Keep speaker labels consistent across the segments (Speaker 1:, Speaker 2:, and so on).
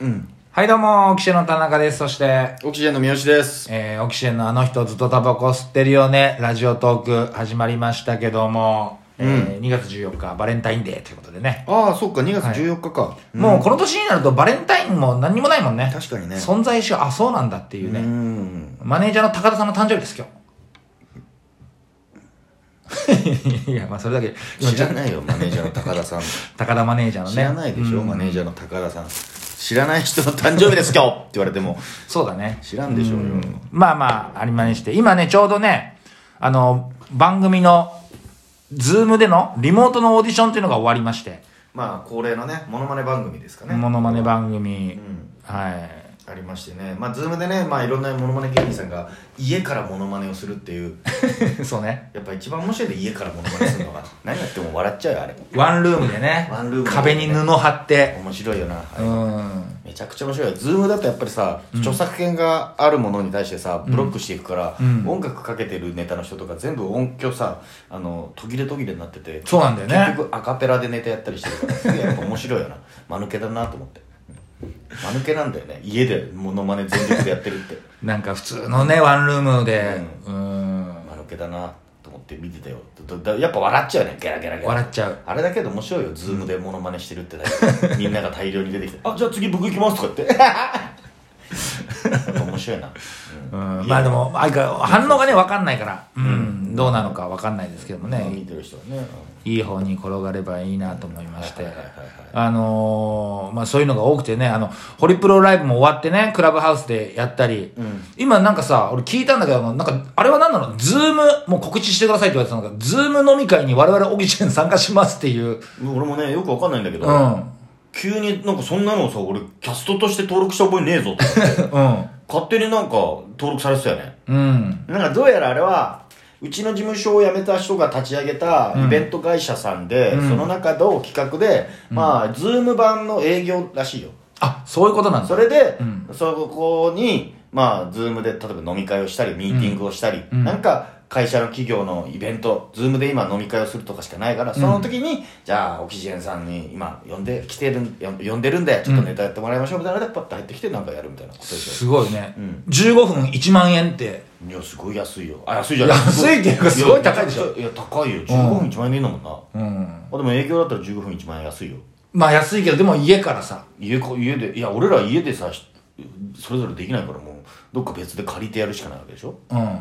Speaker 1: うん
Speaker 2: はいどうも、オキシエンの田中です。そして、
Speaker 1: オキシエンの三好です
Speaker 2: えー、オキシエンのあの人ずっとタバコ吸ってるよね、ラジオトーク始まりましたけども、えー2月14日バレンタインデーということでね、
Speaker 1: ああそっか2月14日か、うん
Speaker 2: もうこの年になるとバレンタインも何にもないもんね。
Speaker 1: 確かにね
Speaker 2: 存在しよう、あ、そうなんだっていうね。
Speaker 1: うん
Speaker 2: マネージャーの高田さんの誕生日です、今 日。いや、まあそれだけ。今
Speaker 1: 知らないよマネージャーの高田さ ん
Speaker 2: 高田マネージャーのね。
Speaker 1: 知らないでしょ、
Speaker 2: うん
Speaker 1: マネージャーの高田さん知らない人の誕生日です今日って言われても
Speaker 2: そうだね。
Speaker 1: 知らんでしょうよ、
Speaker 2: まあまあ、ありまにして。今ね、ちょうどね、あの、番組の、ズームでのリモートのオーディションっていうのが終わりまして、
Speaker 1: まあ恒例のねモノマネ番組ですかね
Speaker 2: モノマネ番組、
Speaker 1: ん
Speaker 2: はい。
Speaker 1: ありましてねまあズームでねまあいろんなモノマネ芸人さんが家からモノマネをするっていう
Speaker 2: そうね。
Speaker 1: やっぱ一番面白いで家からモノマネするのが 何やっても笑っちゃうよあれ
Speaker 2: ワンルームでね、
Speaker 1: ワンルームでね
Speaker 2: 壁に布貼って、
Speaker 1: 面白いよな、あ
Speaker 2: う
Speaker 1: れ
Speaker 2: ん。
Speaker 1: めちゃくちゃ面白いよズームだとやっぱりさ、著作権があるものに対してさブロックしていくから、
Speaker 2: うん
Speaker 1: 音楽かけてるネタの人とか全部音響さあの途切れ途切れになってて
Speaker 2: そうなんだよね
Speaker 1: 結局アカペラでネタやったりしてるからすげえやっぱ面白いよな間抜けだなと思って間抜けなんだよね家でモノマネ全力でやってるって
Speaker 2: なんか普通のね、ワンルームで、うん。
Speaker 1: 間抜けだなと思って見てたよだだやっぱ笑っちゃうよねゲラゲラゲラ
Speaker 2: 笑っちゃう
Speaker 1: あれだけど面白いよズームでモノマネしてるってだけ でみんなが大量に出てきて「あじゃあ次僕行きます」とか言ってやっぱ面白いな、
Speaker 2: う
Speaker 1: うん
Speaker 2: んまあでも、あいか反応がね、わかんないから、うん、どうなのかわかんないですけどもね、
Speaker 1: 見てる人はね、
Speaker 2: いい方に転がればいいなと思いまして
Speaker 1: はいはいはいはい、
Speaker 2: あのーまあそういうのが多くてね、あの、ホリプロライブも終わってね、クラブハウスでやったり、今なんかさ、俺聞いたんだけども、なんか、あれは何なのズーム、もう告知してくださいって言われてたのが、ズーム飲み会に我々オギチェン参加しますっていう、
Speaker 1: うん俺もねよくわかんないんだけど、
Speaker 2: うん、
Speaker 1: 急になんかそんなのさ俺キャストとして登録した覚えねえ ぞと思って
Speaker 2: うん、
Speaker 1: 勝手になんか登録されてたよね
Speaker 2: うん、
Speaker 1: なんかどうやらあれはうちの事務所を辞めた人が立ち上げたイベント会社さんで、その中の企画で、まあズーム版の営業らしいよ
Speaker 2: あ、そういうことなんだ
Speaker 1: そ。れで、そこにまあズームで例えば飲み会をしたりミーティングをしたり、なんか会社の企業のイベントズームで今飲み会をするとかしかないからその時に、じゃあオキシエンさんに今呼んで来てるんよ呼んでるんでちょっとネタやってもらいましょうみたいなのでパッと入ってきてなんかやるみたいなことでし
Speaker 2: すごいね
Speaker 1: ん。
Speaker 2: 15分1万円って、
Speaker 1: ょいやすごい安いよあ安いじゃない
Speaker 2: 安いっていうかすごい高いでしょ
Speaker 1: やいや高いよ15分1万円でいいんだもんな、
Speaker 2: うん。
Speaker 1: あでも営業だったら15分1万円安いよ
Speaker 2: まあ安いけど、でも家からさ、
Speaker 1: 家か家でいや俺ら家でさしそれぞれできないからもうどっか別で借りてやるしかないわけでしょ
Speaker 2: うん。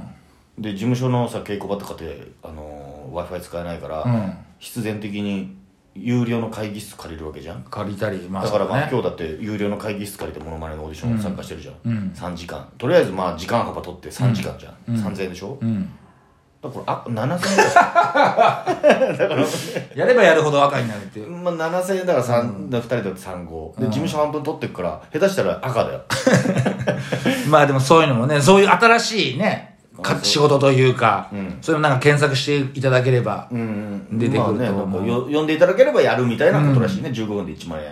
Speaker 1: で事務所のさ稽古場とかって、あの w i f i 使えないから、
Speaker 2: うん
Speaker 1: 必然的に有料の会議室借りるわけじゃん
Speaker 2: 借りたり、まあ
Speaker 1: だか
Speaker 2: そ
Speaker 1: ら
Speaker 2: う
Speaker 1: まあ、
Speaker 2: ね
Speaker 1: 今日だって有料の会議室借りてモノマネのオーディション参加してるじゃん、
Speaker 2: うん
Speaker 1: 3時間とりあえずまあ時間幅取って3時間じゃん、3000円でしょ、
Speaker 2: うん。
Speaker 1: だからこれあ7000円だか
Speaker 2: やればやるほど赤になるってい
Speaker 1: ら、
Speaker 2: う。
Speaker 1: まあ、7000円だから三2人だって35で事務所半分取ってくから下手したら赤だよ
Speaker 2: まあでもそういうのもね、そういう新しいね、か仕事というか、それもなんか検索していただければ、
Speaker 1: うんうん
Speaker 2: 出てくると思う
Speaker 1: まあね、なんかよ呼んでいただければやるみたいなことらしいね、15分で1万円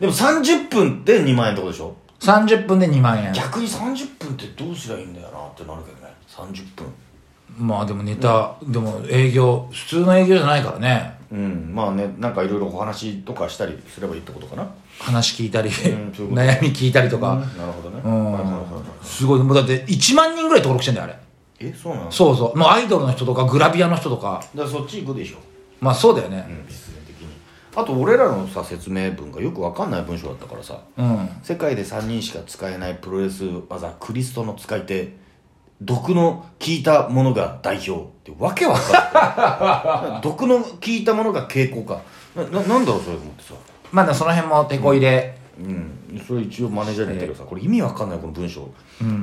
Speaker 1: でも30分で2万円ってことでしょ
Speaker 2: 30分で2万円。
Speaker 1: 逆に30分ってどうすりゃいいんだよなってなるけどね30分
Speaker 2: まあでもネタ、でも営業、普通の営業じゃないからね、
Speaker 1: うんまあねなんかいろいろお話とかしたりすればいいってことかな
Speaker 2: 話聞いたり、
Speaker 1: んそういうこと
Speaker 2: 悩み聞いたりとか、
Speaker 1: なるほどね、
Speaker 2: うん
Speaker 1: はいはいはいはい
Speaker 2: すごい、もうだって1万人ぐらい登録してんだよ、あれ。
Speaker 1: えそうなの
Speaker 2: そうそう。もうアイドルの人とか、グラビアの人とか、
Speaker 1: だからそっち行くでしょ
Speaker 2: まあそうだよね。
Speaker 1: 必然的にあと俺らのさ説明文がよくわかんない文章だったからさ
Speaker 2: うん。
Speaker 1: 世界で3人しか使えないプロレス技クリストの使い手毒の効いたものが代表ってわけわか んない毒の効いたものが傾向かなななんだろうそれと思ってさ
Speaker 2: まあでもその辺も手こ入れ、
Speaker 1: うんそれ一応マネージャーに言ったけどさこれ意味わかんないこの文章、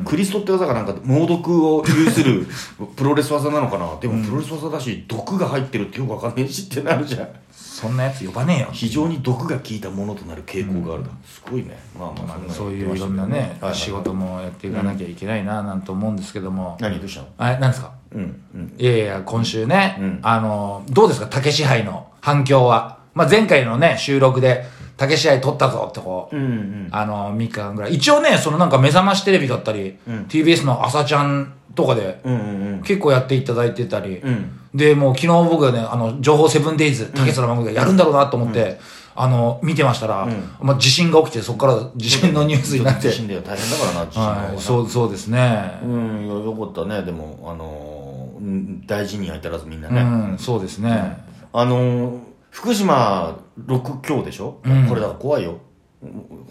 Speaker 1: クリストって技がなんか猛毒を有するプロレス技なの かなでもプロレス技だし毒が入ってるってよくわかんないしってなるじゃん
Speaker 2: そんなやつ呼ばねえよ。
Speaker 1: 非常に毒が効いたものとなる傾向があるだ、すごいねまあまあ
Speaker 2: そ
Speaker 1: ん
Speaker 2: う
Speaker 1: なの
Speaker 2: い
Speaker 1: やっ
Speaker 2: ういろんなね
Speaker 1: てましたけどねはい、はい
Speaker 2: 仕事もやっていかなきゃいけないな、なんと思うんですけども。
Speaker 1: 何どうしたの
Speaker 2: あれ、なんですか
Speaker 1: うんうん
Speaker 2: いやいや、今週ね、
Speaker 1: うん
Speaker 2: あの、どうですか竹支配の反響は。まあ、前回のね、収録で、竹支配取ったぞってこう、
Speaker 1: うんうん
Speaker 2: あの、3日間ぐらい。一応ね、そのなんか目覚ましテレビだったり、
Speaker 1: うん
Speaker 2: TBS の朝ちゃんとかで、
Speaker 1: うんうん
Speaker 2: 結構やっていただいてたり、
Speaker 1: うん
Speaker 2: で、もう昨日僕がね、あの、情報セブンデイズ、竹空まもがやるんだろうなと思って、あの、見てましたら、
Speaker 1: ん
Speaker 2: まあ、地震が起きて、そこから地震のニュースになって
Speaker 1: 地、震だよ大変だからな地震
Speaker 2: は
Speaker 1: の
Speaker 2: い、そう、そうですね。
Speaker 1: うんいやよかったねでもあのーうん大事には至らずみんな
Speaker 2: う
Speaker 1: ね、
Speaker 2: ん、そうですね。
Speaker 1: あのー福島6強でしょ、
Speaker 2: うん
Speaker 1: これだから怖いよ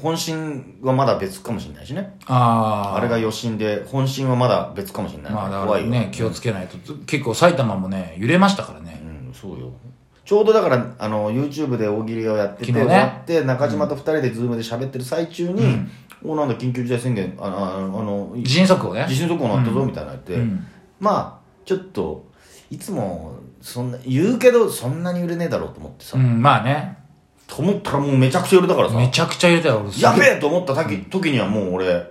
Speaker 1: 本震はまだ別かもしれないしね
Speaker 2: あ
Speaker 1: あ
Speaker 2: あ
Speaker 1: れが余震で本震はまだ別かもしれないか
Speaker 2: まあ、
Speaker 1: ら、
Speaker 2: だか
Speaker 1: 怖
Speaker 2: ら
Speaker 1: いよ
Speaker 2: ね、気をつけないと。結構埼玉もね、揺れましたからね。
Speaker 1: うんそうよちょうどだからあの YouTube で大喜利をやってて、
Speaker 2: 昨日
Speaker 1: 終
Speaker 2: ね
Speaker 1: わって中島と2人で Zoom で喋ってる最中に、おなんだ緊急事態宣言あのあのあの
Speaker 2: 地震速報ね
Speaker 1: 地。震速報なったぞみたいなの言って、
Speaker 2: うん
Speaker 1: まあちょっといつもそんな言うけどそんなに売れねえだろうと思ってさ、
Speaker 2: うん、まあね。
Speaker 1: と思ったらもうめちゃくちゃ売れたからさ
Speaker 2: めちゃくちゃ揺れたよ、俺。
Speaker 1: やべえと思った時,、時にはもう俺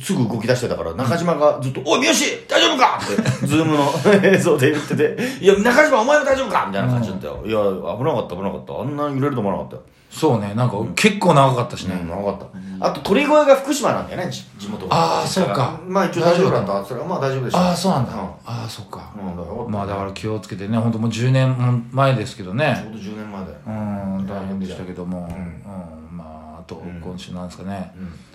Speaker 1: すぐ動き出してたから中島がずっと「おい三好大丈夫か!」ってズーム の映像で言ってて「いや中島お前も大丈夫か!」みたいな感じだったよ、いや危なかった危なかったあんなに揺れると思わなかっ
Speaker 2: そうね、なんか結構長かったした
Speaker 1: よ、
Speaker 2: ね。
Speaker 1: うん、なかったあと鳥越が福島なんだよねじ地元が
Speaker 2: ああ、そうか。
Speaker 1: まあ一応大丈夫だったっつったらまあ大丈夫でした
Speaker 2: ああ、そうなんだ。
Speaker 1: うん
Speaker 2: ああ、そうか。
Speaker 1: うんだからよかった
Speaker 2: まあだから気をつけてね、本当もう10年前ですけど
Speaker 1: ちょ
Speaker 2: ね。
Speaker 1: うど10年前だよ
Speaker 2: うん、大変でしたけども。うん、まあ、あと
Speaker 1: ん
Speaker 2: 今週なんですかね
Speaker 1: ん。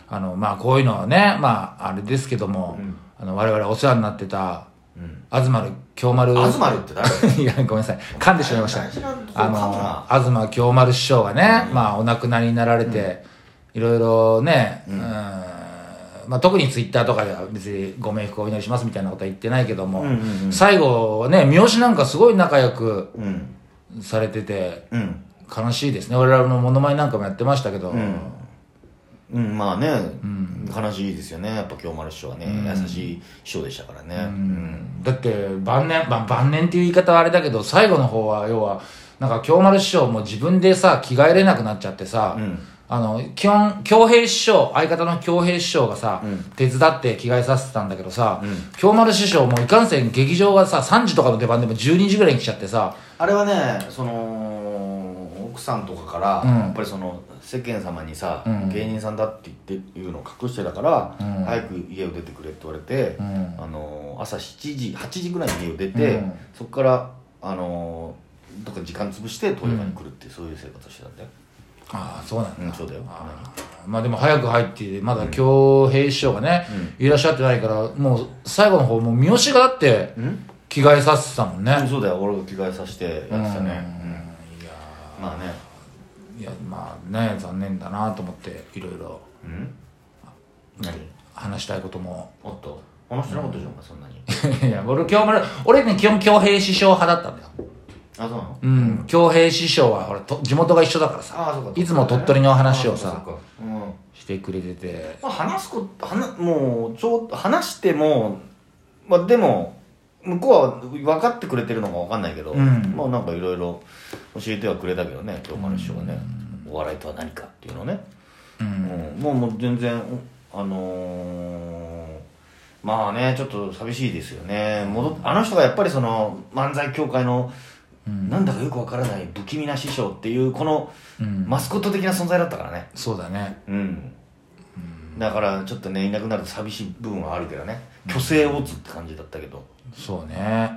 Speaker 2: あの、まあこういうのはね、まああれですけども
Speaker 1: うん、
Speaker 2: あの、我々お世話になってた、
Speaker 1: うん
Speaker 2: 東丸、京丸。
Speaker 1: 東るって 誰
Speaker 2: いや、ごめんなさい。噛んでしまいました
Speaker 1: 大事なとこ。噛むな
Speaker 2: あの、東京丸師匠がね、まあ、お亡くなりになられて、いろいろね、うん、まあ、特にツイッターとかでは別にご冥福をお祈りしますみたいなことは言ってないけども、
Speaker 1: うんうんうん
Speaker 2: 最後はね、三好なんかすごい仲良く
Speaker 1: うん
Speaker 2: されてて、
Speaker 1: うん
Speaker 2: 悲しいですね。我々のモノマネなんかもやってましたけど、
Speaker 1: んうん、まあね、悲しいですよねやっぱ京丸師匠はね、優しい師匠でしたからね、
Speaker 2: だって晩年、まあ、晩年っていう言い方はあれだけど最後の方は要はなんか京丸師匠も自分でさ着替えれなくなっちゃってさ、
Speaker 1: ん
Speaker 2: あの基本京平師匠相方の京平師匠がさ、手伝って着替えさせてたんだけどさ、京丸師匠もいかんせん劇場がさ3時とかの出番でも12時ぐらいに来ちゃってさ
Speaker 1: あれはねその奥さんとかから、
Speaker 2: うん
Speaker 1: やっぱりその世間様にさ、
Speaker 2: うん
Speaker 1: 芸人さんだって言っていうのを隠してたから、早く家を出てくれって言われて、
Speaker 2: ん
Speaker 1: あのー朝7時8時ぐらいに家を出て、
Speaker 2: うん
Speaker 1: そこからあのーどっか時間潰してトイレに来るっていう、そういう生活をしてたんだよ、
Speaker 2: ああそうなんだ、
Speaker 1: うん、そうだよ
Speaker 2: あーまあでも早く入ってまだ京平師匠がね、いらっしゃってないからもう最後の方もう三好がだって
Speaker 1: うん
Speaker 2: 着替えさせてたもんね、
Speaker 1: うんそうだよ俺が着替えさせてやってたね、
Speaker 2: いや
Speaker 1: うんまあね
Speaker 2: いやまあね残念だなと思っていろいろ
Speaker 1: うん何
Speaker 2: 話したいことも
Speaker 1: おっと話してなかったじゃんお前そんなに
Speaker 2: いや俺京丸俺ね基本京平師匠派だったんだよ
Speaker 1: あそうなの
Speaker 2: うん京平師匠は俺と地元が一緒だから
Speaker 1: ああ
Speaker 2: さ
Speaker 1: そうか
Speaker 2: いつも鳥取の話をさ
Speaker 1: ああそうかそうかうん
Speaker 2: してくれてて
Speaker 1: まあ、話すことはなもうちょう話しても、まあ、でも向こうは分かってくれてるのか分かんないけど、
Speaker 2: うん
Speaker 1: まあなんかいろいろ教えてはくれたけどね京丸師匠がね、お笑いとは何かっていうのをね、
Speaker 2: うん
Speaker 1: うんもうもう全然あのーまあねちょっと寂しいですよね戻っあの人がやっぱりその漫才協会の、なんだかよくわからない不気味な師匠っていうこの、
Speaker 2: うん
Speaker 1: マスコット的な存在だったからね
Speaker 2: そうだね
Speaker 1: うんだからちょっとねいなくなると寂しい部分はあるけどね虚勢を打つって感じだったけど
Speaker 2: そうね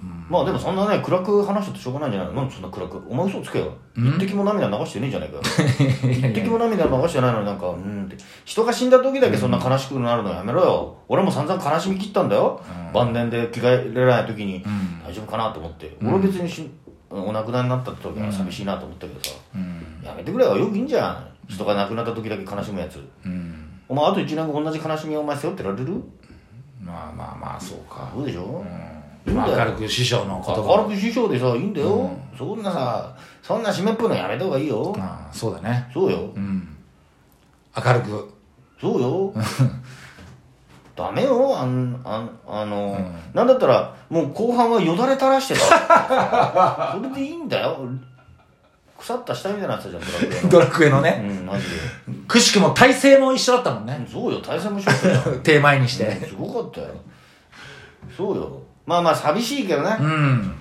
Speaker 1: うん、まあでもそんなね暗く話しててしょうがないんじゃないのなんでそんな暗くお前嘘つけよ一滴も涙流してねえじゃないかよ 一滴も涙流してないのになんかうんって人が死んだ時だけそんな悲しくなるのやめろよ俺も散々悲しみ切ったんだよ、晩年で着替えられない時に
Speaker 2: ん
Speaker 1: 大丈夫かなと思って、俺別にしお亡くなりになった時は寂しいなと思ったけどさ、
Speaker 2: うん
Speaker 1: やめてくれよよくいいんじゃん人が亡くなった時だけ悲しむやつ
Speaker 2: うん
Speaker 1: お前あと1年後同じ悲しみをお前背負ってられる
Speaker 2: まあまあまあそうか
Speaker 1: そうでしょ、
Speaker 2: うんまあ明るく師匠の言葉
Speaker 1: 明るく師匠でさいいんだよ、そんなさそんな湿っぽいのやめた方がいいよ、
Speaker 2: ああそうだね
Speaker 1: そうよ
Speaker 2: うん明るく
Speaker 1: そうよダメよあんあんあの、なんだったらもう後半はよだれ垂らしてた それでいいんだよ腐った下みたいになってたじゃんドラクエの
Speaker 2: ドラクエの ね
Speaker 1: うんマジ
Speaker 2: くしくも体勢も一緒だったもんね
Speaker 1: でそうよ対戦もしよう よ
Speaker 2: 手前にして
Speaker 1: すごかったよそうよまあまあ寂しいけどね、
Speaker 2: うん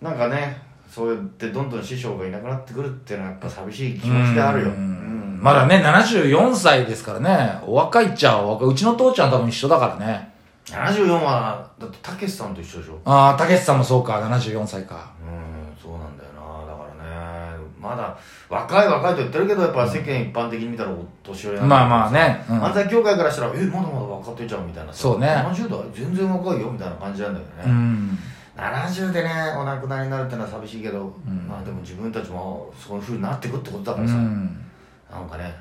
Speaker 1: なんかねそうやってどんどん師匠がいなくなってくるっていうのはやっぱ寂しい気持ちであるようん
Speaker 2: まだね74歳ですからねお若いっちゃお若いうちの父ちゃん多分一緒だからね
Speaker 1: 74はだってたけしさんと一緒でしょ
Speaker 2: ああたけしさんもそうか74歳か
Speaker 1: うんそうなんだよなだからねまだ若い若いと言ってるけどやっぱ世間一般的に見たらお年寄りなんだ
Speaker 2: まあまあね、うん
Speaker 1: 漫才協会からしたら「えまだまだ若手じゃん」みたいな
Speaker 2: そうね
Speaker 1: 70代全然若いよみたいな感じなんだよね、
Speaker 2: うん
Speaker 1: 70でねお亡くなりになるってのは寂しいけど、まあでも自分たちもそういうふうになってくってことだから
Speaker 2: う
Speaker 1: さ、
Speaker 2: ん
Speaker 1: なんかね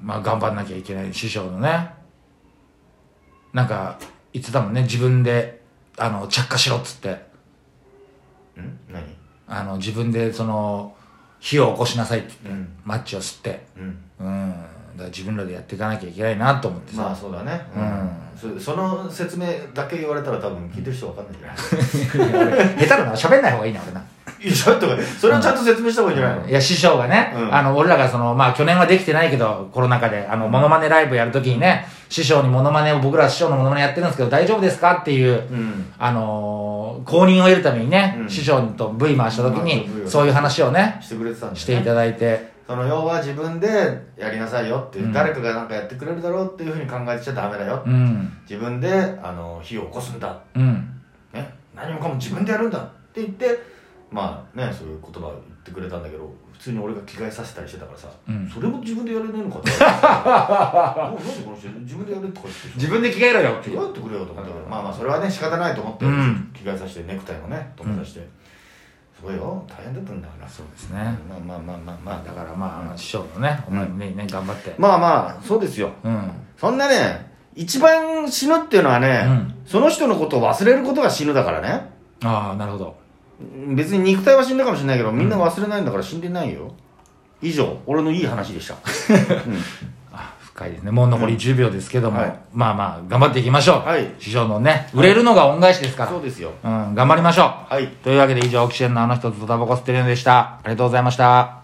Speaker 2: まあ頑張んなきゃいけない師匠のねなんか言ってたもんね自分であの着火しろっつって
Speaker 1: ん何
Speaker 2: あの自分でその火を起こしなさいって言って、
Speaker 1: うん
Speaker 2: マッチを吸って
Speaker 1: うん
Speaker 2: うんだから自分らでやっていかなきゃいけないなと思ってさ、
Speaker 1: まあそうだね、うんそその説明だけ言われたら多分聞いてる人分かんないんじゃない
Speaker 2: 下手だな喋んない方がいいな俺ない
Speaker 1: やちょっと待ってそれをちゃんと説明した方がいいんじゃないの、
Speaker 2: いや師匠がね、
Speaker 1: うん
Speaker 2: あの俺らがそのまあ去年はできてないけどコロナ禍であのモノマネライブやるときにね師匠にモノマネを僕ら師匠のモノマネやってるんですけど大丈夫ですかっていう、
Speaker 1: うん
Speaker 2: あのー公認を得るためにね、
Speaker 1: うん
Speaker 2: 師匠と V 回したとき
Speaker 1: まあそう
Speaker 2: に
Speaker 1: V
Speaker 2: そういう話をね
Speaker 1: してくれてたんで
Speaker 2: していただいて
Speaker 1: その要は自分でやりなさいよっていう、誰かが何かやってくれるだろうっていうふうに考えちゃダメだよ、
Speaker 2: うん
Speaker 1: 自分であの火を起こすんだ、
Speaker 2: うん
Speaker 1: ね、何もかも自分でやるんだって言ってまあねそういう言葉を言ってくれたんだけど普通に俺が着替えさせたりしてたからさ、
Speaker 2: うん
Speaker 1: それも自分でやれないのかって おう何この人自分でやれとか言って
Speaker 2: 自分で着替えろよって
Speaker 1: 着
Speaker 2: いう
Speaker 1: 替えてくれよと思ったからまあまあそれはね仕方ないと思って、
Speaker 2: うん
Speaker 1: 着替えさせてネクタイもね止めさせて、すごいよ大変だったんだから
Speaker 2: そうですね
Speaker 1: まあまあまあまあまあ
Speaker 2: だからまああの師匠のねお前もね、ね頑張って
Speaker 1: まあまあそうですよ
Speaker 2: うん、
Speaker 1: そんなね一番死ぬっていうのはね、
Speaker 2: うん
Speaker 1: その人のことを忘れることが死ぬだからね
Speaker 2: ああなるほど
Speaker 1: 別に肉体は死んだかもしれないけどみんな忘れないんだから死んでないよ以上俺のいい話でした
Speaker 2: あ深いですねもう残り10秒ですけども、
Speaker 1: はい
Speaker 2: まあまあ頑張っていきましょう、
Speaker 1: はい
Speaker 2: 師匠のね売れるのが恩返しですから、
Speaker 1: そうですよ
Speaker 2: うん頑張りましょう
Speaker 1: はい
Speaker 2: というわけで以上オキシエンのあの人とタバコ吸ってるのでしたありがとうございました